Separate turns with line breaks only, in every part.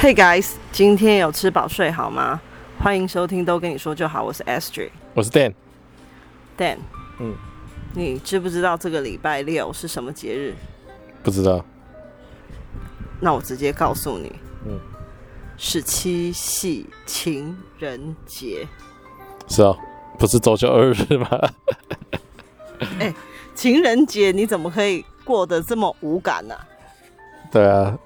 Hey guys，今天有吃饱睡好吗？欢迎收听《都跟你说就好》，我是 S J
我是 Dan，
Dan。
嗯，
你知不知道这个礼拜六是什么节日？
不知道
那我直接告诉你，
嗯，
是七夕情人节。
是哦，不是周休二日吗？
情人节你怎么可以过得这么无感呢、
对啊，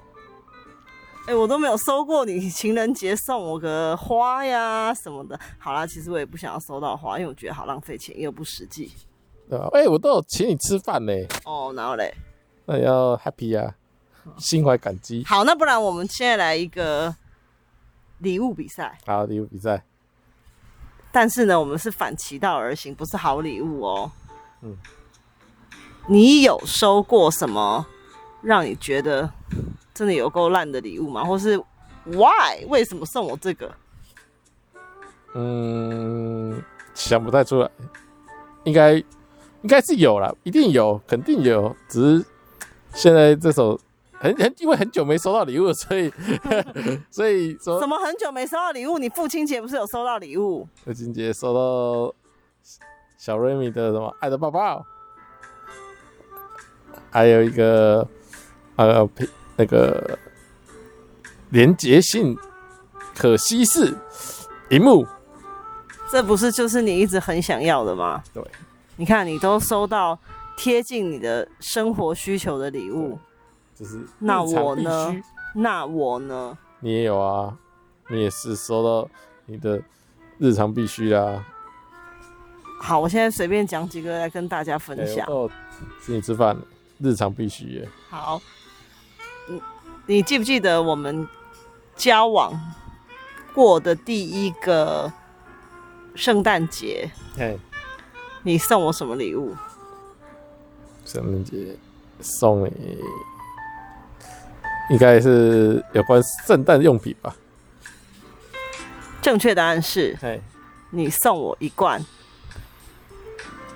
哎、我都没有收过你情人节送我个花呀什么的。好啦，其实我也不想要收到花，因为我觉得好浪费钱又不实际。
对啊，哎、我都有请你吃饭呢，
哦，然后嘞，
那你要 happy 啊，心怀感激。
好，那不然我们现在来一个礼物比赛。
好，礼物比赛，
但是呢，我们是反其道而行，不是好礼物哦。
嗯，
你有收过什么让你觉得真的有够烂的礼物吗？或是 why 为什么送我这个？
嗯，想不太出来，应该应该是有啦，一定有，肯定有，只是现在这首很很因为很久没收到礼物，所以 所以说
怎么很久没收到礼物？你父亲节不是有收到礼物？
父亲节收到小瑞米的什么爱的抱抱，还有一个呃呸那个连结信，可惜是荧幕
这不是就是你一直很想要的吗？
对，
你看你都收到贴近你的生活需求的礼物，
就是
那
日常
我呢
必须？
那我呢？
你也有啊，你也是收到你的日常必须啊。
好，我现在随便讲几个来跟大家分享
哎。我都有请你吃饭，日常必须耶。
好，你你记不记得我们交往过的第一个圣诞节，
哎，
你送我什么礼物？
圣诞节送你，应该是有关圣诞用品吧？
正确答案是
哎，
你送我一罐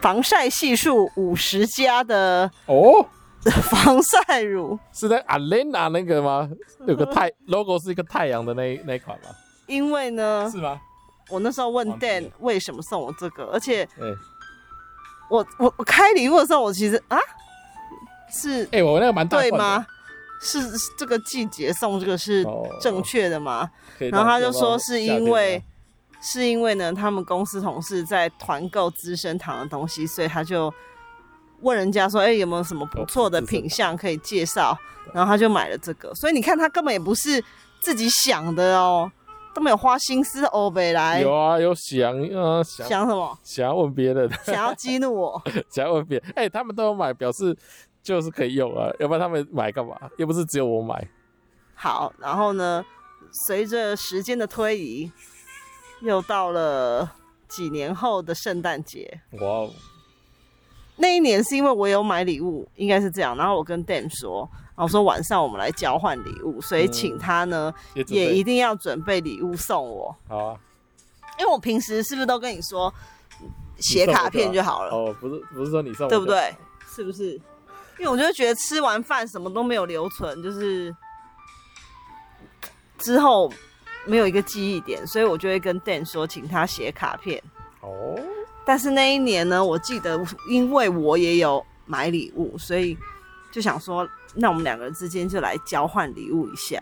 防晒系数五十加的
哦，
防晒乳，
是在 Alena 那个吗？有个
嗯
太 logo 是一个太阳的那那一款吗？
因为呢，
是吗？
我那时候问
忘记
Dan
了
为什么送我这个，而且
哎、
我我我开礼物的时候，我其实啊是
哎、我那个蛮大
对
罐的
吗？？是是这个季节送这个是
哦
正确的吗？
可以
然后他
当
就说是因为
夏天的
是因为呢，他们公司同事在团购资生堂的东西，所以他就问人家说：“哎、有没有什么不错的品相可以介绍？”然后他就买了这个。所以你看，他根本也不是自己想的哦，都没有花心思哦，北来
有啊，有想啊想
想什 么，
想要问别人，
想要激怒我。
想要问别人，哎、他们都有买，表示就是可以用啊，要不然他们买干嘛？又不是只有我买。
好，然后呢，随着时间的推移，又到了几年后的圣诞节。
哇哦，
那一年是因为我有买礼物，应该是这样。然后我跟 Dan 说，然后说晚上我们来交换礼物，所以请他呢、
也准备
也一定要准备礼物送我，
好啊。
因为我平时是不是都跟你说写卡片就好了，
哦，不是不是说你送我
对不
就好
对？是不是？因为我就觉得吃完饭什么都没有留存，就是之后没有一个记忆点，所以我就会跟 Dan 说，请他写卡片。
哦，
但是那一年呢，我记得因为我也有买礼物，所以就想说，那我们两个人之间就来交换礼物一下。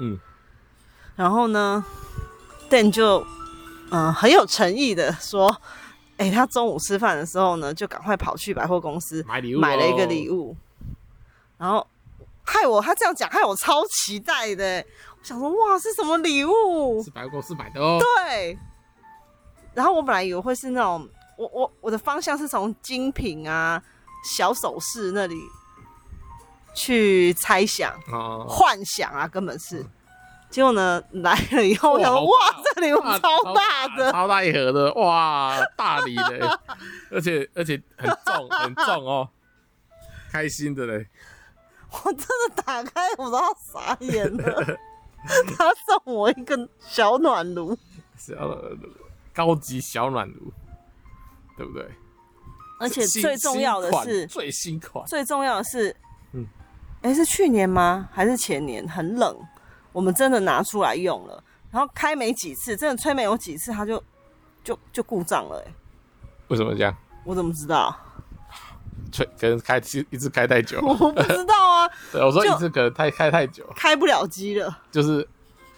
嗯，
然后呢，Dan 就嗯、呃很有诚意的说，哎、他中午吃饭的时候呢，就赶快跑去百货公司
买礼
买了一个礼
物
物，然后害我他这样讲，害我超期待的欸，我想说哇是什么礼物
哦，？是百货公司买的哦。
对。然后我本来以为会是那种，我我我的方向是从精品啊、小首饰那里去猜想、
哦，
幻想啊，根本是。结果呢，来了以后，我想说，哇
哇，
这礼物
哇
超大的，
超大一盒的，哇，大礼的， 而且而且很 重，很重哦，开心的嘞，
我真的打开我都要傻眼了。 他送我一个小暖炉，
小暖炉呃高级小暖炉，对不对？
而且
新
最重要的
新款
是，
最新款，
最重要的是，
嗯
嗯，哎，是去年吗？还是前年？很冷，我们真的拿出来用了，然后开没几次，真的吹没有几次，它就就就故障了、欸。
为什么这样？
我怎么知道？
吹可能开一一次开太久，
我不知道啊，
对我说
就
一次可能太开太久，
开不了机了。
就是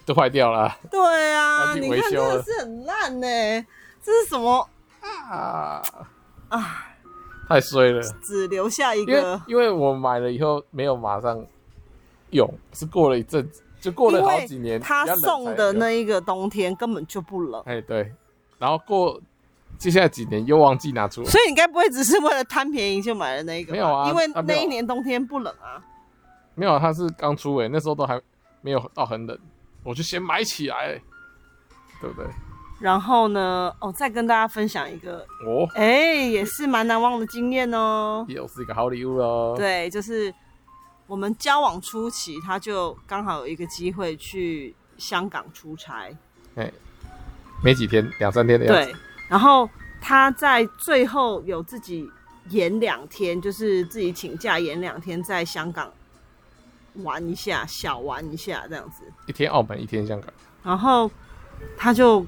都坏掉了
对啊，
那去
你
维
看真
修
的
了
是很烂呢、这是什么
啊，
啊？
太衰了。
只留下一
因为
个，
因为我买了以后没有马上用，是过了一阵子，就过了
因
好
为
几年。
他
比较冷
送
才
的
用
那一个冬天根本就不冷，
哎对，然后过接下来几年又忘记拿出来，
所以你该不会只是为了贪便宜就买了那一个吧？
没有啊
因为
啊
那
没有
一年冬天不冷啊。
没有，它是刚出诶，那时候都还没有到很冷，我就先买起来、对不对？
然后呢，哦，再跟大家分享一个，
哦，
哎、也是蛮难忘的经验哦。
又是一个好礼物喽。，
对，就是我们交往初期，他就刚好有一个机会去香港出差，
没几天，两三天的样子。
对，然后他在最后有自己演两天，就是自己请假演两天，在香港玩一下，小玩一下这样子。
一天澳门，一天香港。
然后他就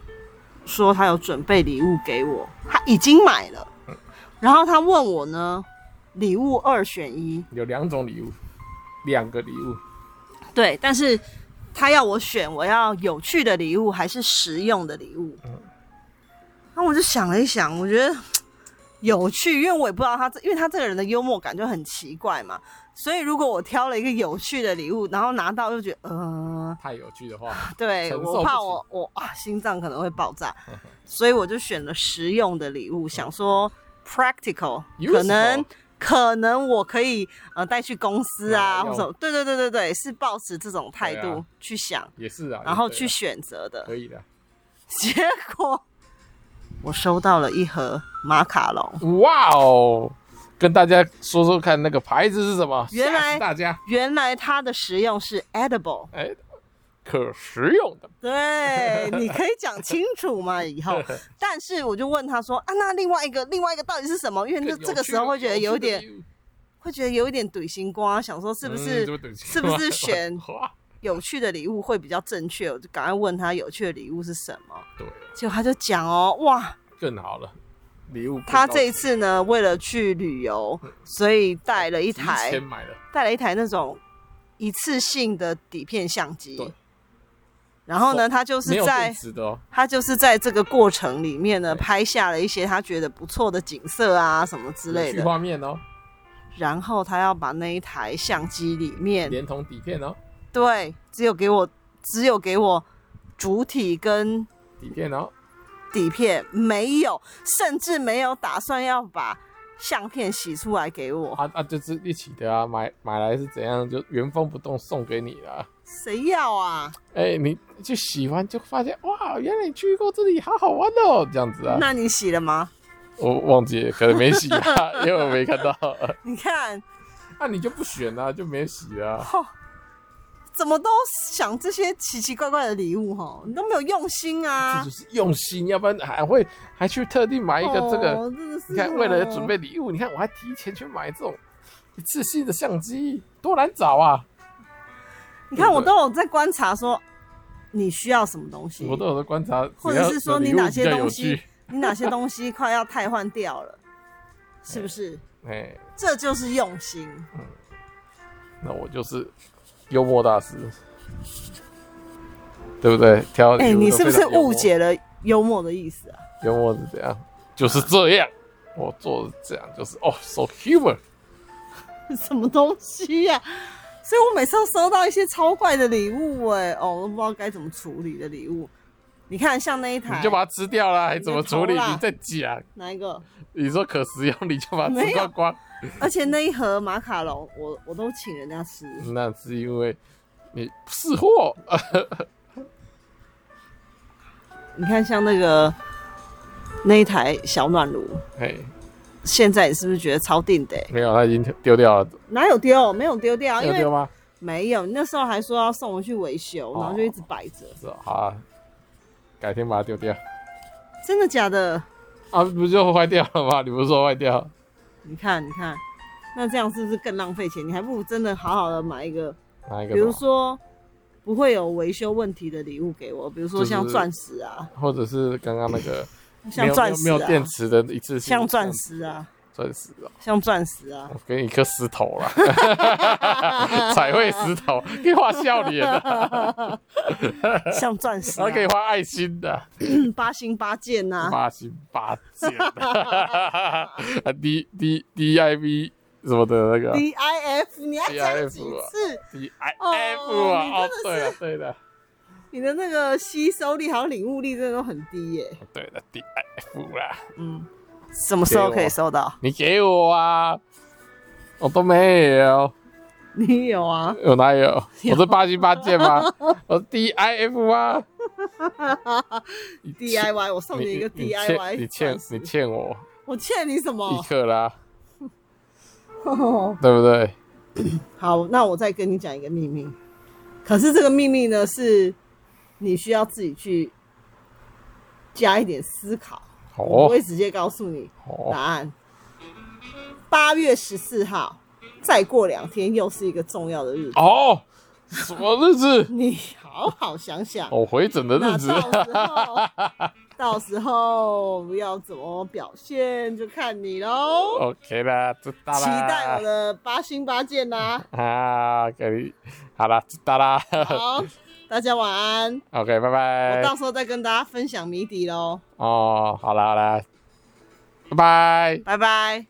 说他有准备礼物给我，他已经买了。然后他问我呢，礼物二选一，
有两种礼物，两个礼物。
对，但是他要我选，我要有趣的礼物还是实用的礼物？那我就想了一想，我觉得有趣，因为我也不知道他这，因为他这个人的幽默感就很奇怪嘛。所以如果我挑了一个有趣的礼物，然后拿到就觉得，呃，
太有趣的话，
对
承受
我
不
怕
起嗯
我我啊心脏可能会爆炸，所以我就选了实用的礼物，想说 practical，
Useful
可能可能我可以呃带去公司啊
拿来
或
用
者什么，对对对对对，是抱持这种态
哦对
度
啊
去想，
也是啊。
然后
也
去
对啊
选择的。
可以的。
结果我收到了一盒马卡龙，
哇哦，跟大家说说看，那个牌子是什么？
原来
吓死大家
原来它的实用是 edible，
哎，可食用 的。
对，你可以讲清楚嘛，以 后。但是我就问他说啊，那另外一个另外一个到底是什么？因为那
更有
这个
趣
时候
的
会觉得有
有趣的
点
礼物，
会觉得有一点怼心瓜，想说是不是
嗯这么等级
是不是
哇
选
哇？
有趣的礼物会比较正确？我就赶快问他有趣的礼物是什么。
对，
结果他就讲哦，哇，
更好了，礼物更
他
高
这
级
一次呢，为了去旅游，所以带了一
提
台
嗯前买了，
带了一台那种一次性的底片相
对
机。然后呢，他就
没
是
有
在
电池的哦，
他就是在这个过程里面呢，
对
拍下了一些他觉得不错的景色啊什么之
有
类
趣
的。
画面哦，
然后他要把那一台相机里面，
连同底片哦，
对，只有给我只有给我主体跟
底片哦，
底片，没有，甚至没有打算要把相片洗出来给我。
啊啊，就是一起的啊，买买来是怎样，就原封不动送给你啦。
谁要啊？
哎，你就喜欢就发现哇，原来你去过这里，好好玩哦，这样子啊。
那你洗了吗？我
我忘记了，可能没洗啊，因为我没看到。
你看，
那、你就不选啊，就没洗啊。
吼，怎么都想这些奇奇怪怪的礼物哈，你都没有用心啊
这就！是用心，要不然还会还去特地买一个这个。
哦真的是
你看，为了
哦
准备礼物，你看我还提前去买这种一次性的相机，多难找啊！
你看，
对不
我
对
都有在观察说你需要什么东西，
我都有在观察，
或者是说你哪些
只要有
东
礼物比较有
西
趣，
你哪些东西快要汰换掉了，是不是？
哎，
这就是用心。
那我就是幽默大师，对不对？挑
哎、
礼物
你
都
是不
非
是
常幽默
误？解了幽默的意思啊？
幽默是怎样？就是这样，我做的这样就是哦，so humor。
什么东西呀、所以我每次都收到一些超怪的礼物、哎，哦，我都不知道该怎么处理的礼物。你看，像那一台，
你就把它吃掉了，还
就
怎么处
投
理？
啦
你再讲。
哪一个？
你说可食用，你就把它
没
吃
有
光光。
而且那一盒马卡龙，我我都请人家吃。
那是因为你是货，
你看，像那个那一台小暖炉，
哎，
现在你是不是觉得超定的欸、
没有，他已经丢掉了。
哪有丢？没有丢掉，因
有丢
为
吗？
没有。你那时候还说要送回去维修，
哦
然后就一直摆着。
是哦好啊，改天把它丢掉。
真的假的？
啊，不就坏掉了吗？你不是说坏掉了？
你看，你看，那这样是不是更浪费钱？你还不如真的好好的买一个，
哪一个
比
什么？
如说不会有维修问题的礼物给我，比如说像
就是
钻石啊，
或者是刚刚那个没
像
有没
钻
有
石
没有电
啊，
池的一次性
像钻石啊，
钻石哦，
像钻石啊，
我给你一颗石头啦， 彩绘石头可以画笑脸的，
像钻石
然
啊
后，可以画爱心的，
八星八箭呐、啊，
八心八 箭的啊，D D D I V 什么的那个
D I F，你要讲几
DIF 啊
次？
D I
哦
F 啊，
你
哦
真的
对了对的
你的那个吸收力还有领悟力真的都很低耶、
对的 D I F 啦，
嗯，什么时候可以收到？
你给我啊，我都没有。
你有啊？
我哪有？我是八星八剑吗？我是 D I F 啊 吗
DIY，我送你一个
你欠
DIY，
你欠
钻石
你欠我
我欠你什
一
么？
克拉，对不对？
好，那我再跟你讲一个秘密。可是这个秘密呢，是你需要自己去加一点思考，
好
我不
哦
会直接告诉你
好
答
哦，
案。八月十四号，再过两天又是一个重要的日子，
哦，什么日子？
你好好想想。
我回诊的
那
日子，
到时候，到时候要怎么表现就看你喽。
OK 啦，知道啦。
期待我的八星八箭啦！
啊，给你好啦，知道啦。
好，大家晚安。
OK，拜
我
拜。
到时候再跟大家分享谜底喽，
哦，好啦好啦，拜拜。
拜拜。